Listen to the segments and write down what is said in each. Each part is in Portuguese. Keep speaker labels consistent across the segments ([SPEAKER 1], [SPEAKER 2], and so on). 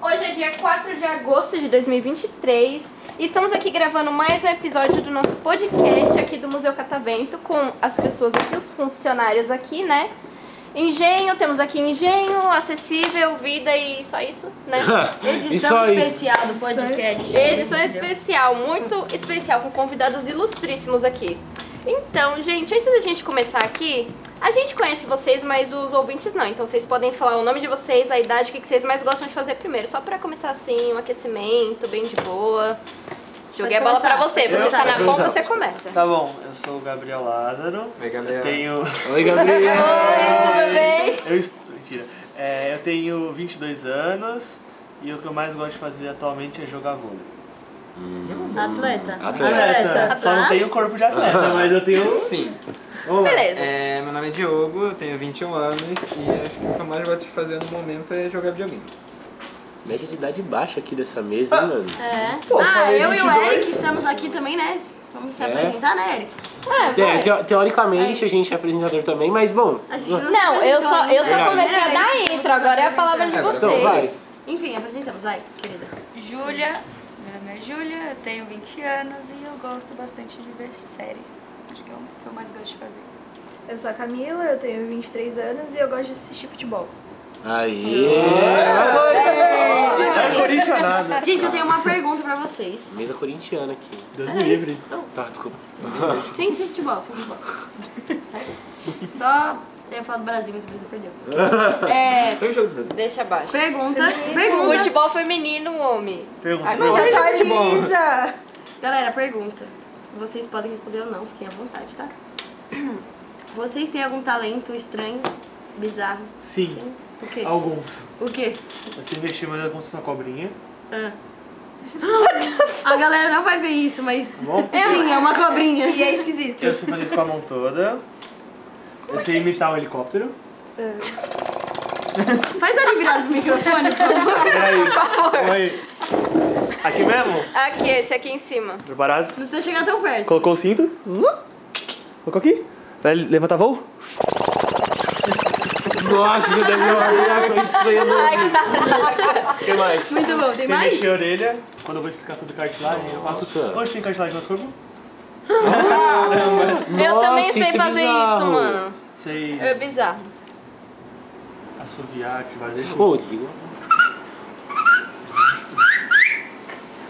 [SPEAKER 1] Hoje é dia 4 de agosto de 2023 e estamos aqui gravando mais um episódio do nosso podcast aqui do Museu Catavento com as pessoas aqui, os funcionários aqui, né? Engenho, temos aqui engenho, acessível, vida e só isso, né?
[SPEAKER 2] Edição
[SPEAKER 3] aí.
[SPEAKER 2] especial do podcast.
[SPEAKER 1] Edição especial, muito especial, com convidados ilustríssimos aqui. Então, gente, antes da gente começar aqui, a gente conhece vocês, mas os ouvintes não. Então, vocês podem falar o nome de vocês, a idade, o que que vocês mais gostam de fazer primeiro. Só pra começar assim, um aquecimento, bem de boa. Joguei
[SPEAKER 2] Pode
[SPEAKER 1] a bola
[SPEAKER 2] começar,
[SPEAKER 1] pra você.
[SPEAKER 2] pode
[SPEAKER 1] Você tá
[SPEAKER 2] começar.
[SPEAKER 1] na ponta, você começa.
[SPEAKER 3] Tá bom, eu sou o Gabriel Lázaro.
[SPEAKER 4] Oi, Gabriel.
[SPEAKER 3] Eu tenho.
[SPEAKER 4] Oi, Gabriel.
[SPEAKER 1] Tudo bem?
[SPEAKER 3] Eu est- Mentira. É, eu tenho 22 anos e o que eu mais gosto de fazer atualmente é jogar vôlei.
[SPEAKER 2] Atleta.
[SPEAKER 3] Só não
[SPEAKER 2] Tá?
[SPEAKER 3] tenho corpo de atleta, mas eu tenho.
[SPEAKER 4] Sim.
[SPEAKER 3] Vamos lá.
[SPEAKER 1] Beleza.
[SPEAKER 4] É, meu nome é Diogo, eu tenho 21 anos e acho que o que eu mais gosto de fazer no momento é jogar videogame.
[SPEAKER 5] Média de idade baixa aqui dessa mesa, hein, mano?
[SPEAKER 2] É.
[SPEAKER 3] Pô,
[SPEAKER 2] ah,
[SPEAKER 3] falei
[SPEAKER 2] eu e o
[SPEAKER 3] 22.
[SPEAKER 2] Eric estamos aqui também, né? Vamos se
[SPEAKER 5] É.
[SPEAKER 2] apresentar, né, Eric?
[SPEAKER 1] É, vai.
[SPEAKER 5] É, teo- teoricamente
[SPEAKER 2] É isso.
[SPEAKER 5] a gente é apresentador também, mas bom.
[SPEAKER 2] A gente não, se
[SPEAKER 1] Não, eu
[SPEAKER 2] apresentou
[SPEAKER 1] só, eu só
[SPEAKER 2] ainda.
[SPEAKER 1] comecei a dar
[SPEAKER 2] Primeira vez que
[SPEAKER 1] intro, agora é a
[SPEAKER 2] vocês
[SPEAKER 1] palavra de
[SPEAKER 4] Então,
[SPEAKER 5] Então,
[SPEAKER 1] vocês.
[SPEAKER 5] vai.
[SPEAKER 2] Enfim, apresentamos, vai, querida.
[SPEAKER 6] Júlia, meu nome é Júlia, eu tenho 20 anos e eu gosto bastante de ver séries. Acho que é o que eu mais gosto de fazer.
[SPEAKER 7] Eu sou a Camila, eu tenho 23 anos e eu gosto de assistir futebol.
[SPEAKER 5] Aí.
[SPEAKER 3] É corintianado.
[SPEAKER 2] Gente, eu tenho uma pergunta pra vocês.
[SPEAKER 5] Mesa corintiana aqui.
[SPEAKER 3] Deus me livre.
[SPEAKER 5] Tá, desculpa.
[SPEAKER 2] Sim, sim, futebol, sim, futebol. só tenho falado do Brasil, mas o Brasil perdeu. É,
[SPEAKER 4] Tem um jogo do Brasil.
[SPEAKER 1] Deixa abaixo.
[SPEAKER 2] pergunta,
[SPEAKER 1] O
[SPEAKER 2] pergunta.
[SPEAKER 1] futebol feminino, homem.
[SPEAKER 3] Pergunta.
[SPEAKER 1] Agora. tá
[SPEAKER 7] Atualiza!
[SPEAKER 2] Galera, pergunta. Vocês podem responder ou não, fiquem à vontade, tá? Vocês têm algum talento estranho, bizarro? assim?
[SPEAKER 3] Sim.
[SPEAKER 2] O quê?
[SPEAKER 3] Alguns.
[SPEAKER 2] O quê? Ah.
[SPEAKER 3] Você investiu mais alguns na cobrinha.
[SPEAKER 2] A galera não vai ver isso, mas.
[SPEAKER 3] bom?
[SPEAKER 2] Sim, é uma cobrinha.
[SPEAKER 7] E é esquisito.
[SPEAKER 3] Eu sei fazer isso com a mão toda. Eu sei
[SPEAKER 1] assim?
[SPEAKER 3] imitar o helicóptero.
[SPEAKER 7] Ah,
[SPEAKER 2] Faz ali virado pro microfone, por favor.
[SPEAKER 3] Peraí.
[SPEAKER 1] favor.
[SPEAKER 3] Oi. Aqui mesmo?
[SPEAKER 1] Aqui, esse aqui em cima.
[SPEAKER 3] Preparados?
[SPEAKER 2] Não precisa chegar tão perto.
[SPEAKER 3] Colocou o cinto. Zu. Colocou aqui. Vai levantar voo?
[SPEAKER 5] Nossa, já deve uma coisa estranha no.
[SPEAKER 3] O que mais?
[SPEAKER 2] Muito bom, tem
[SPEAKER 3] Sem
[SPEAKER 2] mais?
[SPEAKER 3] mexer a orelha, quando eu vou explicar sobre cartilagem, eu faço.
[SPEAKER 5] Nossa.
[SPEAKER 3] Onde tem cartilagem no nosso corpo?
[SPEAKER 1] eu também sei
[SPEAKER 5] isso é
[SPEAKER 1] fazer isso,
[SPEAKER 5] bizarro.
[SPEAKER 1] mano.
[SPEAKER 3] Sei
[SPEAKER 1] É bizarro.
[SPEAKER 3] assoviar, ativar, deixa
[SPEAKER 5] Ô, desliga.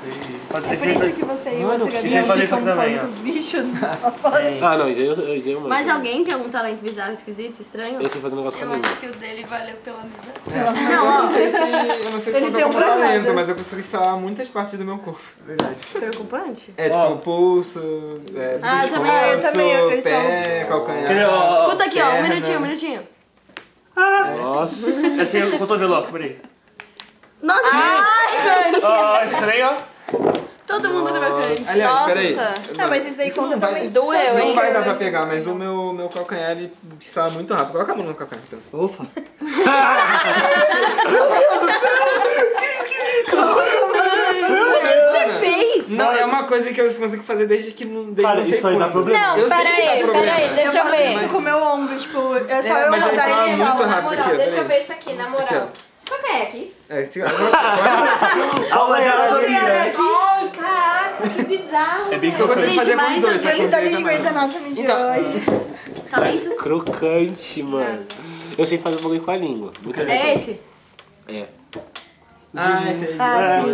[SPEAKER 3] sei fazer.
[SPEAKER 7] É Por isso que você e o
[SPEAKER 5] Mano,
[SPEAKER 7] outro
[SPEAKER 3] que você
[SPEAKER 7] Gabriel
[SPEAKER 3] faz isso
[SPEAKER 7] ficam
[SPEAKER 3] também,
[SPEAKER 7] falando
[SPEAKER 3] ó.
[SPEAKER 7] com os bichos lá fora.
[SPEAKER 3] Sim.
[SPEAKER 5] Ah, não, isso aí eu, eu, isso aí eu mando.
[SPEAKER 2] Mais alguém tem algum talento bizarro, esquisito, estranho?
[SPEAKER 5] Eu sei fazer um negócio
[SPEAKER 6] Eu
[SPEAKER 5] com a língua.
[SPEAKER 6] acho que o dele valeu pela mesa.
[SPEAKER 2] Não, ó,
[SPEAKER 4] Eu não sei se- eu não sei se
[SPEAKER 7] Ele
[SPEAKER 4] conta
[SPEAKER 7] tem um
[SPEAKER 4] como
[SPEAKER 7] problema.
[SPEAKER 4] talento, mas eu consigo instalar muitas partes do meu corpo. é Verdade.
[SPEAKER 2] preocupante?
[SPEAKER 4] É, tipo,
[SPEAKER 3] Ó.
[SPEAKER 4] o pulso, é,
[SPEAKER 2] Ah, eu
[SPEAKER 4] pescoço,
[SPEAKER 2] também- eu
[SPEAKER 7] também- eu
[SPEAKER 4] pé,
[SPEAKER 7] instalo-
[SPEAKER 3] Quer ver,
[SPEAKER 4] calcanhar.
[SPEAKER 3] ó, ó,
[SPEAKER 2] Escuta aqui, ó, um
[SPEAKER 4] perna.
[SPEAKER 2] minutinho, um minutinho.
[SPEAKER 5] Nossa.
[SPEAKER 3] ó, Esse é o cotovelo, ó, peraí.
[SPEAKER 2] Nossa, Ah!
[SPEAKER 3] Ó, esse também, ó.
[SPEAKER 2] todo mundo crocante.
[SPEAKER 4] Aliás,
[SPEAKER 1] Nossa.
[SPEAKER 4] peraí.
[SPEAKER 7] Não, mas isso daí conta
[SPEAKER 4] não vai-
[SPEAKER 7] também.
[SPEAKER 1] Doeu,
[SPEAKER 4] Não
[SPEAKER 1] hein?
[SPEAKER 4] vai dar pra pegar, mas o meu, meu calcanhar ele instala muito rápido. Coloca a mão no calcanhar. então.
[SPEAKER 5] Opa.
[SPEAKER 1] Você fez?
[SPEAKER 4] Não, é uma coisa que eu consigo fazer desde que não, desde
[SPEAKER 3] Cara,
[SPEAKER 4] não sei
[SPEAKER 3] isso aí dá
[SPEAKER 4] quando.
[SPEAKER 3] problema.
[SPEAKER 1] Não,
[SPEAKER 4] Eu sei
[SPEAKER 1] pera
[SPEAKER 4] que dá
[SPEAKER 1] aí, pera
[SPEAKER 4] problema.
[SPEAKER 1] aí,
[SPEAKER 7] Eu
[SPEAKER 1] deixa eu
[SPEAKER 7] faço
[SPEAKER 1] ver.
[SPEAKER 7] isso com o meu ombro, tipo, é só
[SPEAKER 4] É,
[SPEAKER 7] eu
[SPEAKER 4] mas ele
[SPEAKER 7] rodar
[SPEAKER 4] fala
[SPEAKER 7] e ele fala.
[SPEAKER 4] muito
[SPEAKER 1] Na
[SPEAKER 4] rápido aqui,
[SPEAKER 1] moral,
[SPEAKER 4] ó,
[SPEAKER 1] deixa eu
[SPEAKER 4] peraí.
[SPEAKER 1] ver isso aqui, na moral. Só quem é aqui?
[SPEAKER 4] É, esse- agora-
[SPEAKER 3] Aula de anatomia.
[SPEAKER 1] Ai, caraca, que bizarro.
[SPEAKER 3] É bem
[SPEAKER 4] Eu consigo
[SPEAKER 2] Gente,
[SPEAKER 4] fazer com
[SPEAKER 2] mas
[SPEAKER 4] os dois.
[SPEAKER 2] a é
[SPEAKER 4] sabe?
[SPEAKER 7] Felicidade de Grey's Anatomy de
[SPEAKER 4] Então,
[SPEAKER 7] hoje.
[SPEAKER 2] Talentos?
[SPEAKER 5] Crocante, mano. Eu sei fazer um bagulho com a língua. Nunca vi.
[SPEAKER 2] É esse?
[SPEAKER 5] É.
[SPEAKER 4] Ah, esse aí.
[SPEAKER 7] Ah,
[SPEAKER 4] boa,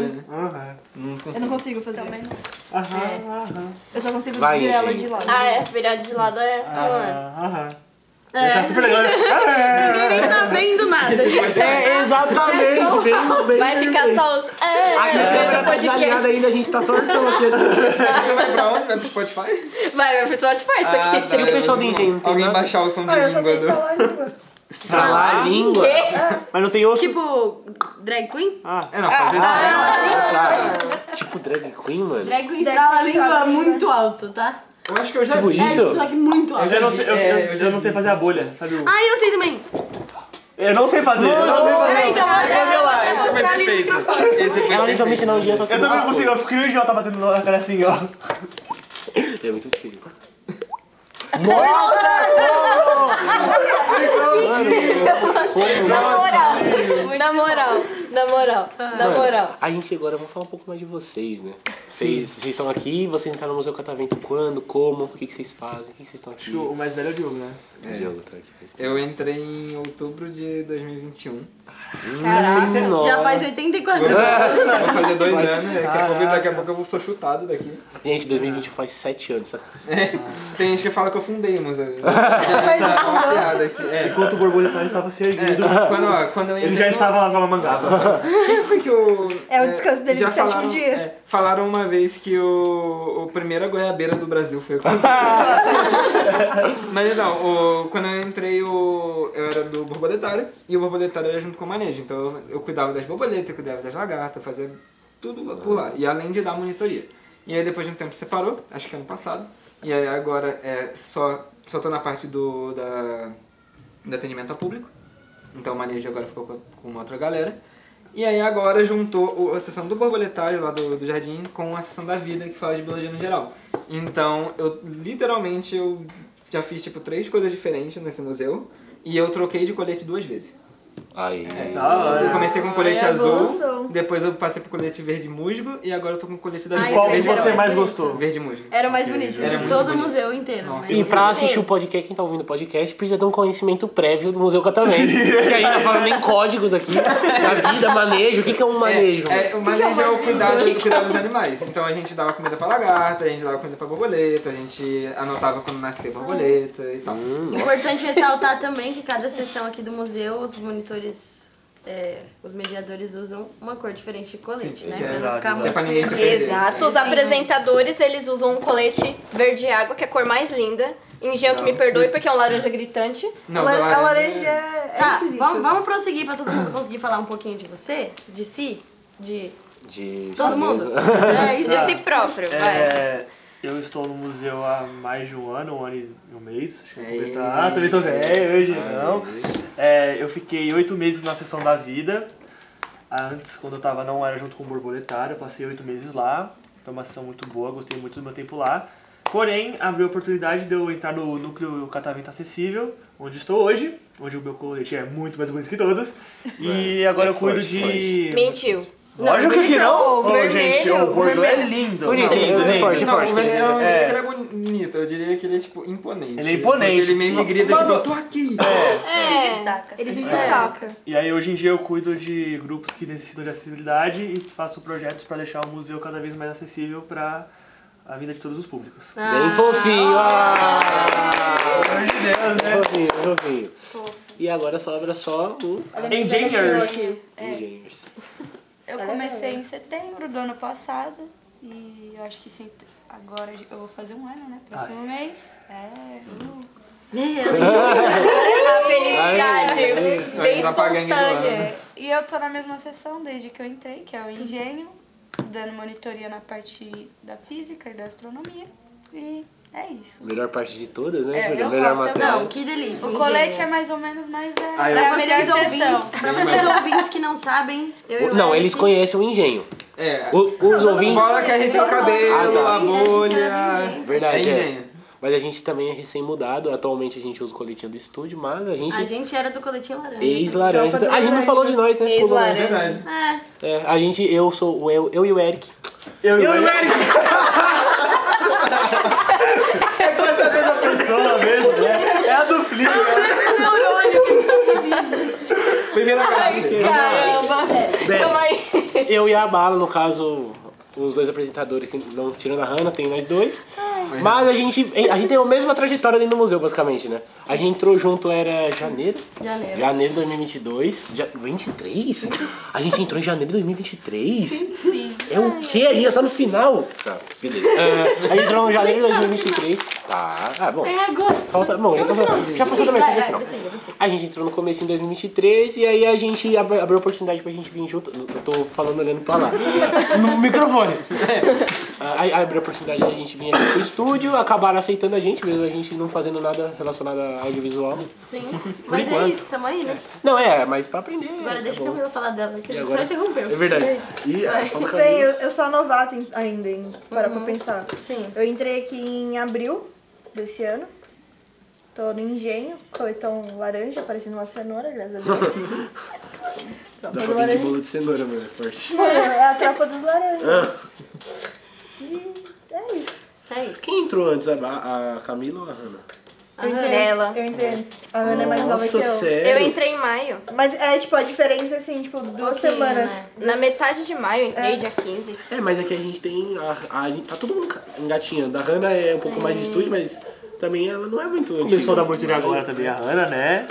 [SPEAKER 4] né? Não
[SPEAKER 7] Eu
[SPEAKER 4] consigo.
[SPEAKER 7] não consigo fazer.
[SPEAKER 6] Também não.
[SPEAKER 3] Aham, aham.
[SPEAKER 7] Eu só consigo
[SPEAKER 5] Vai,
[SPEAKER 7] virar ela
[SPEAKER 5] gente.
[SPEAKER 7] de lado.
[SPEAKER 1] Ah, é, virar de lado é. mano.
[SPEAKER 3] Aham, aham.
[SPEAKER 2] É.
[SPEAKER 3] Tá super legal, né?
[SPEAKER 2] Ninguém tá vendo nada, gente.
[SPEAKER 5] É, exatamente. Bem, bem.
[SPEAKER 1] Vai ficar só os. Ah,
[SPEAKER 5] Aqui a câmera tá
[SPEAKER 1] podcast.
[SPEAKER 5] desaliada ainda, a gente tá tortão aqui assim.
[SPEAKER 4] Você vai pra onde? Vai pro Spotify?
[SPEAKER 1] Vai, meu pessoal te faz isso
[SPEAKER 4] Ah,
[SPEAKER 1] aqui.
[SPEAKER 4] tá.
[SPEAKER 5] o pessoal do engenho, não tem
[SPEAKER 4] Alguém
[SPEAKER 5] nada?
[SPEAKER 4] baixar o som de
[SPEAKER 7] Ah, eu só sei
[SPEAKER 4] língua.
[SPEAKER 7] falar a língua.
[SPEAKER 5] Estralar a língua.
[SPEAKER 1] Que?
[SPEAKER 3] Mas não tem osso.
[SPEAKER 2] Tipo, drag queen?
[SPEAKER 3] Ah,
[SPEAKER 4] É, não, fazer isso. Claro.
[SPEAKER 5] Tipo drag queen, mano.
[SPEAKER 2] Drag queen estrala a língua muito alto, tá?
[SPEAKER 7] é.
[SPEAKER 4] Eu acho que eu já
[SPEAKER 5] Tipo
[SPEAKER 4] vi.
[SPEAKER 5] isso?
[SPEAKER 2] É, só que muito
[SPEAKER 3] eu
[SPEAKER 2] alto.
[SPEAKER 3] já não sei, eu,
[SPEAKER 4] É,
[SPEAKER 3] eu
[SPEAKER 4] eu
[SPEAKER 3] já
[SPEAKER 4] já
[SPEAKER 3] não sei
[SPEAKER 4] vi
[SPEAKER 3] fazer a bolha, sabe o...
[SPEAKER 2] Ah, eu sei também.
[SPEAKER 3] Eu não sei fazer. eu não sei fazer.
[SPEAKER 7] Peraí, então eu
[SPEAKER 3] eu
[SPEAKER 7] vou
[SPEAKER 3] lá.
[SPEAKER 7] até
[SPEAKER 3] Eu
[SPEAKER 4] Foi
[SPEAKER 7] mostrar tá ali no
[SPEAKER 4] perfeito.
[SPEAKER 7] microfone.
[SPEAKER 4] Esse foi
[SPEAKER 5] Ela tentou me
[SPEAKER 4] perfeito.
[SPEAKER 5] ensinar um dia, só que
[SPEAKER 3] também não
[SPEAKER 5] Ah,
[SPEAKER 3] consigo, eu fico o idiota batendo na cara assim, ó.
[SPEAKER 5] É muito feio.
[SPEAKER 1] Na moral, na moral, na moral, na
[SPEAKER 5] Mano,
[SPEAKER 1] moral.
[SPEAKER 5] A gente agora, vamos falar um pouco mais de vocês, né? Vocês vocês estão aqui, vocês entraram no Museu Catavento quando, como, o que, que vocês fazem, o que, que vocês estão aqui?
[SPEAKER 3] Acho que o mais velho é o Diogo, né?
[SPEAKER 5] O Diogo tá aqui.
[SPEAKER 4] Eu entrei em outubro de 2021.
[SPEAKER 1] Caraca.
[SPEAKER 2] Já faz 84 anos.
[SPEAKER 4] um. Vou fazer dois anos, daqui a pouco, daqui a pouco eu sou chutado daqui.
[SPEAKER 5] Gente, 2020 faz 7 anos, saca?
[SPEAKER 4] Tem gente que fala que eu fundei o museu. Mas não aqui. É.
[SPEAKER 3] Enquanto o Borbolha parece estava se erguendo,
[SPEAKER 4] Quando, ó, quando eu
[SPEAKER 3] ele
[SPEAKER 4] entrei
[SPEAKER 3] já
[SPEAKER 4] no-
[SPEAKER 3] estava lá com a mangaba.
[SPEAKER 4] Quem foi que eu...
[SPEAKER 7] É o descanso dele
[SPEAKER 4] já
[SPEAKER 7] do sétimo
[SPEAKER 4] falaram-
[SPEAKER 7] dia.
[SPEAKER 4] é, falaram uma vez que o, o primeiro goiabeira do Brasil foi o que eu Mas então, o- quando eu entrei, o, eu era do borboletário, e o borboletário era junto com o manejo. Então eu, eu cuidava das borboletas, eu cuidava das lagartas, eu fazia tudo lá por lá. E além de dar monitoria. E aí depois de um tempo separou, acho que ano passado. E aí agora é só, só tô na parte do, da, do atendimento ao público. Então o manejo agora ficou com, com uma outra galera. E aí agora juntou o- a sessão do borboletário lá do, do jardim com a sessão da vida que fala de biologia no geral. Então eu literalmente eu já fiz tipo três coisas diferentes nesse museu e eu troquei de colete duas vezes.
[SPEAKER 5] Aí.
[SPEAKER 3] É.
[SPEAKER 4] Eu comecei com colete
[SPEAKER 7] Olha a
[SPEAKER 4] azul,
[SPEAKER 7] evolução.
[SPEAKER 4] depois eu passei pro colete verde musgo e agora eu tô com colete da
[SPEAKER 2] Ai,
[SPEAKER 4] vida.
[SPEAKER 3] Qual
[SPEAKER 2] Ai,
[SPEAKER 3] vez
[SPEAKER 2] era
[SPEAKER 3] você
[SPEAKER 2] mais
[SPEAKER 3] mais
[SPEAKER 2] bonito.
[SPEAKER 3] gostou?
[SPEAKER 4] Verde musgo.
[SPEAKER 2] Era o mais bonito
[SPEAKER 4] Era
[SPEAKER 2] de
[SPEAKER 4] muito
[SPEAKER 2] todo o
[SPEAKER 4] bonito.
[SPEAKER 2] museu inteiro. né?
[SPEAKER 4] Nossa.
[SPEAKER 5] E pra assistir o podcast, quem tá ouvindo o podcast, precisa ter um conhecimento prévio do Museu Catavento. que aí não fala nem códigos aqui. Da vida, manejo. O que, que é um manejo?
[SPEAKER 4] É, é, o manejo é o cuidado, do cuidado dos animais. Então a gente dava comida pra lagarta, a gente dava comida pra borboleta, a gente anotava quando nascia a borboleta e tal.
[SPEAKER 2] Importante ressaltar também que cada sessão aqui do museu, os monitores, é, os mediadores usam uma cor diferente de colete, né? Pra não
[SPEAKER 3] exato,
[SPEAKER 2] ficar
[SPEAKER 3] exato.
[SPEAKER 4] Que é pra
[SPEAKER 2] muito
[SPEAKER 4] ninguém se
[SPEAKER 2] vermelho.
[SPEAKER 4] perder.
[SPEAKER 1] Exato, os apresentadores eles usam um colete verde água, que é a cor mais linda. Engenho que me perdoe porque é um laranja gritante.
[SPEAKER 4] Não,
[SPEAKER 7] a, la-
[SPEAKER 4] da
[SPEAKER 7] a laranja é
[SPEAKER 2] Tá,
[SPEAKER 7] esquisito.
[SPEAKER 2] vamos, vamos prosseguir pra todo mundo conseguir falar um pouquinho de você, de si, de
[SPEAKER 5] De.
[SPEAKER 2] todo mundo. É, isso.
[SPEAKER 1] De si próprio, vai.
[SPEAKER 3] É, eu estou no museu há mais de um ano, um ano e um mês. Acho que eu vou
[SPEAKER 4] Ei.
[SPEAKER 3] completar. Ah, também tô velho, hoje não. É, eu fiquei oito meses na sessão da vida. Antes, quando eu tava, não era junto com o Borboletário, eu passei oito meses lá. Foi uma sessão muito boa, gostei muito do meu tempo lá. Porém, abriu a oportunidade de eu entrar no núcleo Catavento Acessível, onde estou hoje, onde o meu colete é muito mais bonito que todos. E agora
[SPEAKER 5] é
[SPEAKER 3] eu cuido
[SPEAKER 5] forte,
[SPEAKER 3] de.
[SPEAKER 5] forte.
[SPEAKER 1] Mentiu.
[SPEAKER 3] Lógico que não! Ô, gente,
[SPEAKER 7] vermelho,
[SPEAKER 3] o bordo é
[SPEAKER 7] vermelho.
[SPEAKER 3] lindo!
[SPEAKER 5] Bonito,
[SPEAKER 3] né? Não,
[SPEAKER 5] lindo,
[SPEAKER 3] lindo.
[SPEAKER 5] forte.
[SPEAKER 4] Não, o Veneno, eu não diria
[SPEAKER 3] É.
[SPEAKER 4] que ele é bonito, eu diria que ele é, tipo, imponente.
[SPEAKER 3] Ele é imponente.
[SPEAKER 4] Porque ele meio que grita, tipo,
[SPEAKER 3] Mano,
[SPEAKER 4] eu tô aqui.
[SPEAKER 6] Se destaca.
[SPEAKER 7] Ele
[SPEAKER 6] se
[SPEAKER 7] se
[SPEAKER 6] destaca.
[SPEAKER 7] destaca.
[SPEAKER 3] E aí hoje em dia eu cuido de grupos que necessitam de acessibilidade e faço projetos para deixar o museu cada vez mais acessível para a vida de todos os públicos.
[SPEAKER 5] Bem fofinho. Ah,
[SPEAKER 3] Pelo amor de Deus, né?
[SPEAKER 5] fofinho, fofinho. E agora sobra só o.
[SPEAKER 3] Engenheiros.
[SPEAKER 5] Engenheiros.
[SPEAKER 6] Eu comecei em setembro do ano passado e eu acho que sim, agora eu vou fazer um ano, né? Próximo
[SPEAKER 3] Ah,
[SPEAKER 6] mês. É. uh.
[SPEAKER 1] A felicidade, bem
[SPEAKER 4] Tá pagando
[SPEAKER 1] espontânea.
[SPEAKER 6] É, E eu tô na mesma sessão desde que eu entrei, que é o engenho, dando monitoria na parte da física e da astronomia. E é isso.
[SPEAKER 5] Melhor parte de todas, né?
[SPEAKER 6] É,
[SPEAKER 5] Júlia?
[SPEAKER 6] eu
[SPEAKER 5] Melhor
[SPEAKER 6] gosto, eu
[SPEAKER 5] matéria.
[SPEAKER 2] Não, que delícia.
[SPEAKER 6] O
[SPEAKER 2] engenho.
[SPEAKER 6] colete é mais ou menos, mas é
[SPEAKER 3] Ah, eu-
[SPEAKER 6] pra
[SPEAKER 2] Pra
[SPEAKER 6] melhor
[SPEAKER 2] vocês ouvintes,
[SPEAKER 6] sessão.
[SPEAKER 2] pra
[SPEAKER 4] é
[SPEAKER 2] vocês ouvintes que não sabem, eu e o
[SPEAKER 5] Não,
[SPEAKER 2] Eric-
[SPEAKER 5] eles conhecem o engenho.
[SPEAKER 4] É.
[SPEAKER 5] O- os ouvintes.
[SPEAKER 4] Fora que a gente tem o cabelo, a bolha.
[SPEAKER 5] Verdade,
[SPEAKER 4] É engenho.
[SPEAKER 5] Mas a gente também é recém-mudado. Atualmente a gente usa o coletinho do estúdio, mas a gente. é
[SPEAKER 2] A gente era do coletinho laranja.
[SPEAKER 5] Ex-laranja.
[SPEAKER 7] Tropa do
[SPEAKER 5] A gente não
[SPEAKER 7] laranja.
[SPEAKER 5] falou de nós, né? Pulou, né?
[SPEAKER 1] Ex-laranja.
[SPEAKER 4] Verdade.
[SPEAKER 5] É, a gente, eu sou o eu, eu e o Eric.
[SPEAKER 3] Eu e o Eric! É quase a mesma pessoa mesmo, né? É a do Flip.
[SPEAKER 4] Primeira carta.
[SPEAKER 1] Caramba. Calma aí.
[SPEAKER 5] Eu e a Bala, no caso, os dois apresentadores, que não tirando a Hannah, tem nós dois. Mas a gente, a gente tem a mesma trajetória dentro do museu, basicamente, né? A gente entrou junto, era janeiro?
[SPEAKER 2] Janeiro.
[SPEAKER 5] Janeiro de 2022. Ja, 23? A gente entrou em janeiro de 2023?
[SPEAKER 6] Sim.
[SPEAKER 5] É o quê? A gente já tá no final. Beleza. Ah, a gente entrou no janeiro de 2023. Tá. Ah, bom.
[SPEAKER 1] É agosto.
[SPEAKER 5] Falta, bom, já, passou, já passou também,
[SPEAKER 2] Vai,
[SPEAKER 5] teve
[SPEAKER 2] vai,
[SPEAKER 5] final.
[SPEAKER 2] prossiga, prossiga.
[SPEAKER 5] A gente entrou no começo em 2023 e aí a gente abriu, abriu a oportunidade pra gente vir junto. Eu tô falando olhando pra lá. No microfone. Ah, Aí abriu a oportunidade da gente vir aqui pro estúdio, acabaram aceitando a gente, mesmo a gente não fazendo nada relacionado a audiovisual.
[SPEAKER 2] Sim, mas é
[SPEAKER 3] enquanto.
[SPEAKER 2] isso, tamo aí, né?
[SPEAKER 5] Não, é, mas pra aprender.
[SPEAKER 2] Agora deixa
[SPEAKER 5] tá
[SPEAKER 2] a
[SPEAKER 5] bom.
[SPEAKER 2] Camila falar dela, que a
[SPEAKER 5] E
[SPEAKER 2] gente
[SPEAKER 5] agora?
[SPEAKER 2] só interrompeu.
[SPEAKER 5] É verdade.
[SPEAKER 2] É isso.
[SPEAKER 5] E
[SPEAKER 2] Vai.
[SPEAKER 5] fala com a
[SPEAKER 7] Bem,
[SPEAKER 5] Camila.
[SPEAKER 7] eu, eu sou novata em- ainda, hein? Se parar pra pensar.
[SPEAKER 2] Uhum. Sim.
[SPEAKER 7] Eu entrei aqui em abril desse ano. Tô no engenho, coletão laranja, parecendo uma cenoura, graças a Deus.
[SPEAKER 5] Dá pra
[SPEAKER 7] tropa do
[SPEAKER 5] vir de
[SPEAKER 7] laranja.
[SPEAKER 5] bolo de cenoura, mano, é forte.
[SPEAKER 7] Mano, é a tropa dos laranjas.
[SPEAKER 3] Ah.
[SPEAKER 7] E é isso.
[SPEAKER 2] É isso.
[SPEAKER 5] Quem entrou antes, a, a Camila ou a Hannah?
[SPEAKER 7] Eu entrei
[SPEAKER 1] Dela.
[SPEAKER 7] antes. Eu entrei
[SPEAKER 2] Tá.
[SPEAKER 7] antes. A Ana é mais nova que
[SPEAKER 5] Nossa,
[SPEAKER 7] eu.
[SPEAKER 1] Eu
[SPEAKER 5] sério?
[SPEAKER 1] entrei em maio.
[SPEAKER 7] Mas é tipo a diferença assim, tipo, duas
[SPEAKER 2] Pouquinho,
[SPEAKER 7] semanas.
[SPEAKER 2] né?
[SPEAKER 1] Na metade de maio, eu entrei dia 15.
[SPEAKER 5] É, mas aqui a gente tem. A, a gente- tá todo mundo ca- engatinhando. A Hannah é um pouco mais de estúdio, mas também ela não é muito antiga.
[SPEAKER 3] Começou a dar muito de agora também a Hannah, né?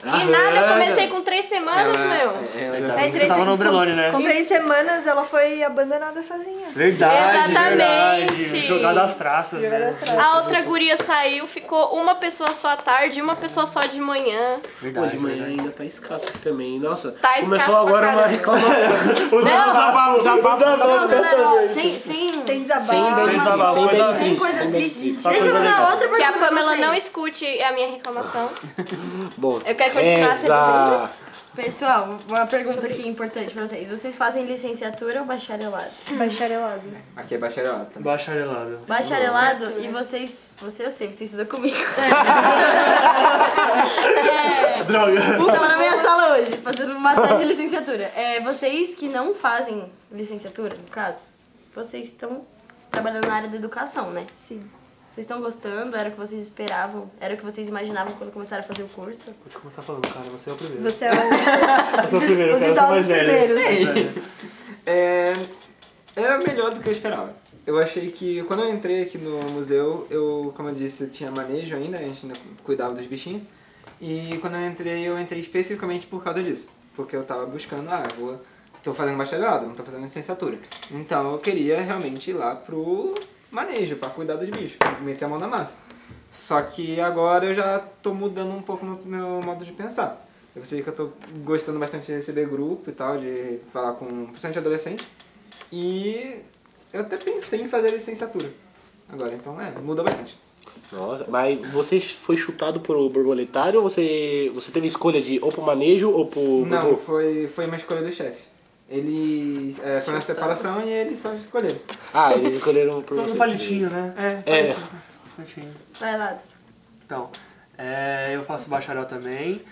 [SPEAKER 5] A
[SPEAKER 1] E nada, eu
[SPEAKER 5] Hannah-
[SPEAKER 1] comecei com três semanas,
[SPEAKER 4] É,
[SPEAKER 1] meu.
[SPEAKER 4] Ela,
[SPEAKER 3] Tá, Você tava no Brelone, né?
[SPEAKER 7] com três semanas ela foi abandonada sozinha.
[SPEAKER 3] Verdade,
[SPEAKER 1] Exatamente.
[SPEAKER 3] verdade. Jogada às traças,
[SPEAKER 7] Jogada
[SPEAKER 3] né?
[SPEAKER 7] das traças.
[SPEAKER 1] A outra guria saiu, ficou uma pessoa só à tarde e uma pessoa só de manhã.
[SPEAKER 5] Pô, de
[SPEAKER 3] Verdade,
[SPEAKER 5] manhã
[SPEAKER 3] verdade.
[SPEAKER 5] ainda tá escasso aqui também. Nossa,
[SPEAKER 1] Tá
[SPEAKER 5] começou
[SPEAKER 1] escasso pra
[SPEAKER 5] agora uma
[SPEAKER 1] caramba.
[SPEAKER 5] reclamação. o
[SPEAKER 1] Não.
[SPEAKER 5] desabafo, desabafo.
[SPEAKER 2] Sem, sem,
[SPEAKER 7] Sem
[SPEAKER 5] Sem
[SPEAKER 7] desabafo.
[SPEAKER 5] desabafo, coisa triste,
[SPEAKER 3] sem sem
[SPEAKER 2] coisas
[SPEAKER 5] sem
[SPEAKER 2] tristes,
[SPEAKER 5] triste.
[SPEAKER 2] gente.
[SPEAKER 7] Deixa eu fazer outra pergunta.
[SPEAKER 1] Que a
[SPEAKER 7] pra
[SPEAKER 1] Pamela
[SPEAKER 2] é
[SPEAKER 1] não
[SPEAKER 7] vocês.
[SPEAKER 1] escute a minha reclamação.
[SPEAKER 5] Bom,
[SPEAKER 1] Eu quero continuar
[SPEAKER 5] essa...
[SPEAKER 2] Pessoal, uma pergunta aqui importante pra vocês. Vocês fazem licenciatura ou bacharelado?
[SPEAKER 7] Bacharelado.
[SPEAKER 4] Aqui é bacharelado. tá?
[SPEAKER 3] Bacharelado.
[SPEAKER 2] Bacharelado e vocês. Você eu sei, você estudou comigo. É.
[SPEAKER 3] Droga.
[SPEAKER 2] Tava na minha sala hoje, fazendo uma matéria de licenciatura. É, vocês que não fazem licenciatura, no caso, vocês estão trabalhando na área da educação, né?
[SPEAKER 7] Sim.
[SPEAKER 2] Vocês estão gostando? Era o que vocês esperavam? Era o que vocês imaginavam quando começaram a fazer o curso?
[SPEAKER 3] Vou te começar falando, cara, você é o primeiro.
[SPEAKER 7] Você é o,
[SPEAKER 3] Eu sou o primeiro,
[SPEAKER 7] os
[SPEAKER 3] cara, eu sou mais
[SPEAKER 7] idosos
[SPEAKER 3] velho.
[SPEAKER 7] primeiros.
[SPEAKER 4] É, era É melhor do que eu esperava. Eu achei que quando eu entrei aqui no museu, eu, como eu disse, tinha manejo ainda, a gente ainda cuidava dos bichinhos. E quando eu entrei, eu entrei especificamente por causa disso. Porque eu tava buscando, ah, eu vou. tô fazendo bacharelado, não tô fazendo licenciatura. Então eu queria realmente ir lá pro manejo, pra cuidar dos bichos, meter a mão na massa. Só que agora eu já tô mudando um pouco meu, meu modo de pensar. Eu percebi que eu tô gostando bastante de receber grupo e tal, de falar com bastante adolescente. E eu até pensei em fazer licenciatura. Agora, então é, muda bastante.
[SPEAKER 5] Nossa, mas você foi chutado pro borboletário ou você, você teve escolha de ou pro manejo ou pro...
[SPEAKER 4] Não,
[SPEAKER 5] pro-
[SPEAKER 4] foi, foi uma escolha dos chefes. Eles. é, foi uma separação e eles só escolheram.
[SPEAKER 5] Ah, eles escolheram pro...
[SPEAKER 3] No
[SPEAKER 5] você.
[SPEAKER 3] palitinho, né?
[SPEAKER 4] É.
[SPEAKER 5] É,
[SPEAKER 3] Palitinho.
[SPEAKER 2] Vai lá.
[SPEAKER 3] Então, é, eu faço bacharel também.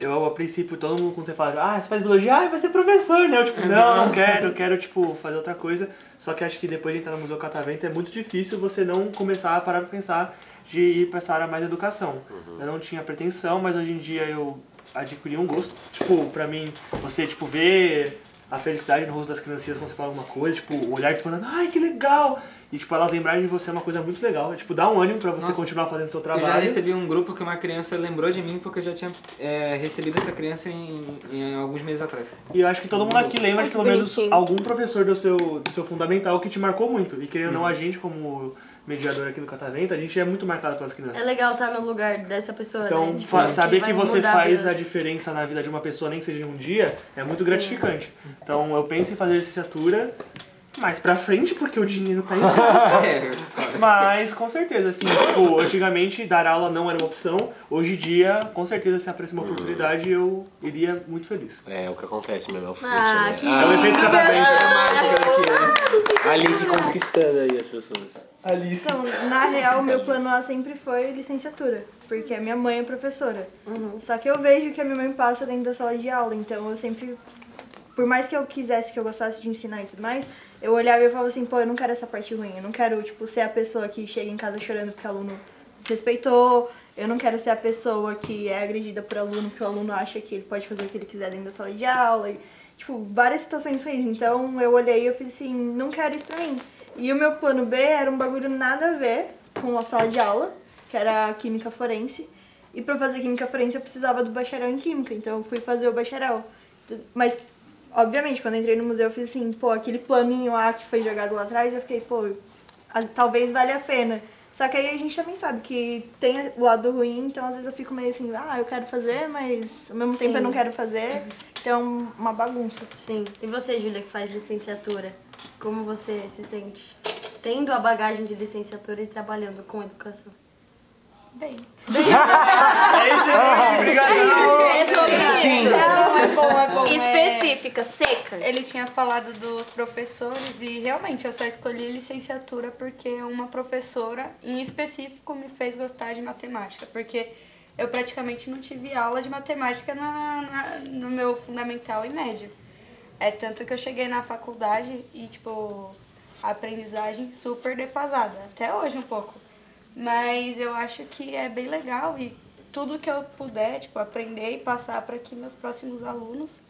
[SPEAKER 3] Eu, a princípio, todo mundo, quando você fala, ah, você faz biologia, ah, vai ser professor, né? Eu, tipo, não,
[SPEAKER 4] Uhum.
[SPEAKER 3] não quero, eu quero, tipo, fazer outra coisa. Só que acho que depois de entrar no Museu Catavento é muito difícil você não começar a parar pra pensar de ir pra essa área mais educação.
[SPEAKER 4] Uhum.
[SPEAKER 3] Eu não tinha pretensão, mas hoje em dia eu adquiri um gosto. Tipo, pra mim, você, tipo, ver a felicidade no rosto das criancinhas quando você fala alguma coisa, tipo, o olhar disparando, ai, que legal! E, tipo, elas lembrarem de você é uma coisa muito legal. É, tipo, dá um ânimo pra você
[SPEAKER 4] Nossa.
[SPEAKER 3] continuar fazendo seu
[SPEAKER 4] Eu
[SPEAKER 3] trabalho.
[SPEAKER 4] já recebi um grupo que uma criança lembrou de mim porque eu já tinha é, recebido essa criança em, em alguns meses atrás.
[SPEAKER 3] E eu acho que todo mundo aqui lembra
[SPEAKER 1] Ai,
[SPEAKER 3] de
[SPEAKER 1] que
[SPEAKER 3] pelo menos
[SPEAKER 1] bonitinho.
[SPEAKER 3] algum professor do seu, do seu fundamental que te marcou muito. E querendo ou não, a gente, como mediador aqui do Catavento, a gente é muito marcado pelas
[SPEAKER 2] É
[SPEAKER 3] crianças.
[SPEAKER 2] legal estar no lugar dessa pessoa, né?
[SPEAKER 3] Então,
[SPEAKER 2] De
[SPEAKER 3] fa-
[SPEAKER 2] fato,
[SPEAKER 3] saber
[SPEAKER 2] vai
[SPEAKER 3] que você
[SPEAKER 2] mudar
[SPEAKER 3] faz
[SPEAKER 2] vida.
[SPEAKER 3] a diferença na vida de uma pessoa, nem que seja em um dia, é muito gratificante. Então, eu penso em fazer licenciatura mais pra frente, porque o dinheiro tá escasso.
[SPEAKER 4] Sério.
[SPEAKER 3] Mas, com certeza, assim, tipo, antigamente dar aula não era uma opção. Hoje em dia, com certeza, se aparecer uma oportunidade, eu iria muito feliz.
[SPEAKER 5] é o que acontece mesmo, é o fruto,
[SPEAKER 2] Ah,
[SPEAKER 5] né?
[SPEAKER 2] que
[SPEAKER 3] É o
[SPEAKER 2] lindo.
[SPEAKER 3] efeito Catavento.
[SPEAKER 2] Ah!
[SPEAKER 5] Alice conquistando aí as pessoas.
[SPEAKER 3] Alice.
[SPEAKER 7] Então, na real, meu plano A sempre foi licenciatura, porque a minha mãe é professora. Só que eu vejo que a minha mãe passa dentro da sala de aula, então eu sempre, por mais que eu quisesse, que eu gostasse de ensinar e tudo mais, eu olhava e eu falava assim, pô, eu não quero essa parte ruim, eu não quero, tipo, ser a pessoa que chega em casa chorando porque o aluno desrespeitou, eu não quero ser a pessoa que é agredida por aluno, que o aluno acha que ele pode fazer o que ele quiser dentro da sala de aula, e, tipo, várias situações ruins. Então eu olhei e eu fiz assim, não quero isso pra mim. E o meu plano B era um bagulho nada a ver com a sala de aula, que era a química forense. E pra fazer química forense eu precisava do bacharel em química, então eu fui fazer o bacharel. Mas, obviamente, quando eu entrei no museu eu fiz assim, pô, aquele planinho lá que foi jogado lá atrás, eu fiquei, pô, as- talvez valha a pena. Só que aí a gente também sabe que tem o lado ruim, então às vezes eu fico meio assim, ah, eu quero fazer, mas ao mesmo tempo eu não quero fazer. Então é uma bagunça.
[SPEAKER 2] Sim. E você, Júlia, que faz licenciatura, como você se sente? Tendo a bagagem de licenciatura e trabalhando com educação.
[SPEAKER 6] Bem,
[SPEAKER 3] É isso aí, obrigado.
[SPEAKER 1] É sobre isso.
[SPEAKER 6] não, é bom, é bom.
[SPEAKER 1] Específica, seca.
[SPEAKER 6] Ele tinha falado dos professores e realmente eu só escolhi licenciatura porque uma professora em específico me fez gostar de matemática, porque eu praticamente não tive aula de matemática na, na- no meu fundamental e médio. É tanto que eu cheguei na faculdade e, tipo, a aprendizagem super defasada, até hoje um pouco. Mas eu acho que é bem legal e tudo que eu puder, tipo, aprender e passar para que meus próximos alunos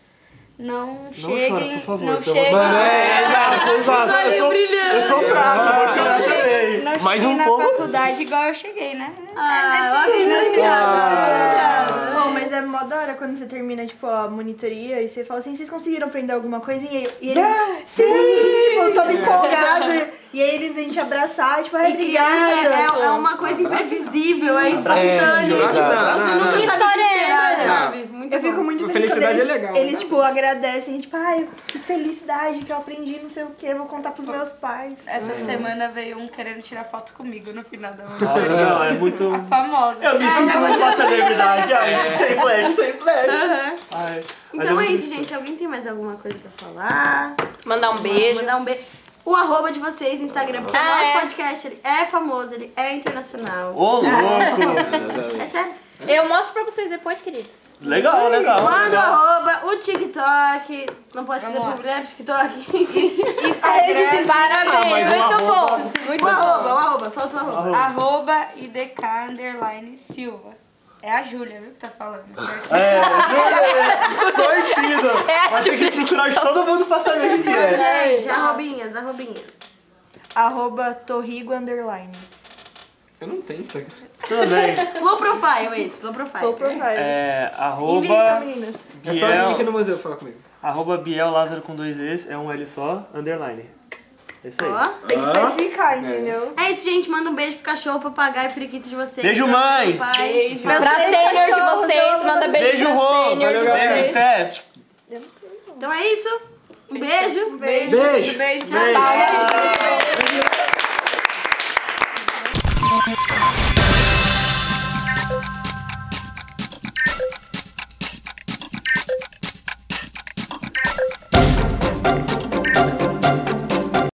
[SPEAKER 6] não, cheguem,
[SPEAKER 3] chora, por favor,
[SPEAKER 6] não
[SPEAKER 3] seu
[SPEAKER 6] cheguem,
[SPEAKER 3] Exato, Ah, eu sou, eu sou fraco, vou te dar também.
[SPEAKER 6] não
[SPEAKER 5] Mais
[SPEAKER 6] cheguem
[SPEAKER 5] um
[SPEAKER 6] na
[SPEAKER 5] pouco.
[SPEAKER 6] faculdade igual eu cheguei, né?
[SPEAKER 7] Ah,
[SPEAKER 6] é
[SPEAKER 7] ó,
[SPEAKER 6] nesse
[SPEAKER 7] vida
[SPEAKER 6] nível,
[SPEAKER 7] cuidada. Bom, mas é mó da hora quando você termina, tipo, a monitoria e você fala assim, vocês conseguiram aprender alguma coisinha? E, e eles, sim, tipo, todo empolgado. E aí eles vêm te abraçar, tipo, ai,
[SPEAKER 2] E criança
[SPEAKER 7] obrigada.
[SPEAKER 2] é, é uma coisa imprevisível, é
[SPEAKER 5] É,
[SPEAKER 2] espontâneo.
[SPEAKER 4] acho que não,
[SPEAKER 5] exato.
[SPEAKER 4] não, não.
[SPEAKER 2] Nunca sabe o que é esperar,
[SPEAKER 4] essa?
[SPEAKER 2] sabe? Muito
[SPEAKER 7] Eu
[SPEAKER 2] bom.
[SPEAKER 7] fico muito feliz quando
[SPEAKER 4] Felicidade
[SPEAKER 7] eles,
[SPEAKER 4] é legal,
[SPEAKER 7] eles
[SPEAKER 4] né?
[SPEAKER 7] tipo, agradecem, tipo, ai, que felicidade que eu aprendi, não sei o que, vou contar pros meus pais.
[SPEAKER 2] É.
[SPEAKER 6] Essa semana veio um querendo tirar foto comigo no final da aula.
[SPEAKER 3] Nossa, não, é muito...
[SPEAKER 6] A famosa.
[SPEAKER 3] Eu me sinto uma celebridade, ai, sem flash, sem flash. Ai, mas
[SPEAKER 2] Então é
[SPEAKER 3] muito
[SPEAKER 2] isso, gente. Alguém tem mais alguma coisa pra falar?
[SPEAKER 1] Mandar um beijo.
[SPEAKER 2] Mandar um beijo. O arroba de vocês, Instagram, porque o
[SPEAKER 1] Ah,
[SPEAKER 2] nosso
[SPEAKER 1] é.
[SPEAKER 2] podcast ele é famoso, ele é internacional.
[SPEAKER 3] Ô, louco!
[SPEAKER 2] É sério?
[SPEAKER 1] Eu mostro pra vocês depois, queridos.
[SPEAKER 3] Legal, legal.
[SPEAKER 2] Manda o
[SPEAKER 3] legal.
[SPEAKER 2] arroba, o TikTok. Não pode fazer
[SPEAKER 6] Vamos lá.
[SPEAKER 2] problema pro TikTok.
[SPEAKER 6] Instagram, Ah,
[SPEAKER 1] Parabéns,
[SPEAKER 3] mas um
[SPEAKER 1] muito bom. Muito
[SPEAKER 2] o
[SPEAKER 1] bom.
[SPEAKER 2] arroba, o arroba, solta o arroba.
[SPEAKER 6] arroba IDK underline Silva. É a Júlia, viu, que tá falando.
[SPEAKER 3] É, é, sortido. Mas tem que procurar de todo mundo pra saber o que é.
[SPEAKER 2] Gente, arrobinhas, arrobinhas.
[SPEAKER 7] Arroba Torrigo Underline.
[SPEAKER 4] Eu não tenho Instagram.
[SPEAKER 3] Também.
[SPEAKER 2] Low profile, esse, low profile.
[SPEAKER 7] Ou profile.
[SPEAKER 3] É,
[SPEAKER 7] Invista,
[SPEAKER 3] arroba...
[SPEAKER 7] meninas.
[SPEAKER 4] É só vir aqui no
[SPEAKER 3] Biel,
[SPEAKER 4] museu falar comigo.
[SPEAKER 3] arroba Biel Lázaro com dois E's, é um L só, underline. É isso aí.
[SPEAKER 2] Ó.
[SPEAKER 7] Tem que especificar, entendeu?
[SPEAKER 2] É isso, gente. Manda um beijo pro cachorro, papagaio e periquito de vocês.
[SPEAKER 3] Beijo,
[SPEAKER 2] Pra
[SPEAKER 3] mãe.
[SPEAKER 2] papai.
[SPEAKER 6] Beijo.
[SPEAKER 7] Meus
[SPEAKER 1] Pra
[SPEAKER 7] três
[SPEAKER 1] sênior de
[SPEAKER 7] cachorros,
[SPEAKER 1] vocês,
[SPEAKER 7] eu
[SPEAKER 1] manda
[SPEAKER 7] amo
[SPEAKER 1] beijo
[SPEAKER 3] Beijo,
[SPEAKER 1] pra
[SPEAKER 3] Rô.
[SPEAKER 1] sênior de
[SPEAKER 3] Beijo,
[SPEAKER 1] vocês.
[SPEAKER 3] Steph.
[SPEAKER 2] Então é isso. Um
[SPEAKER 4] É.
[SPEAKER 2] beijo.
[SPEAKER 6] Beijo.
[SPEAKER 5] Beijo.
[SPEAKER 6] Beijo. Natal.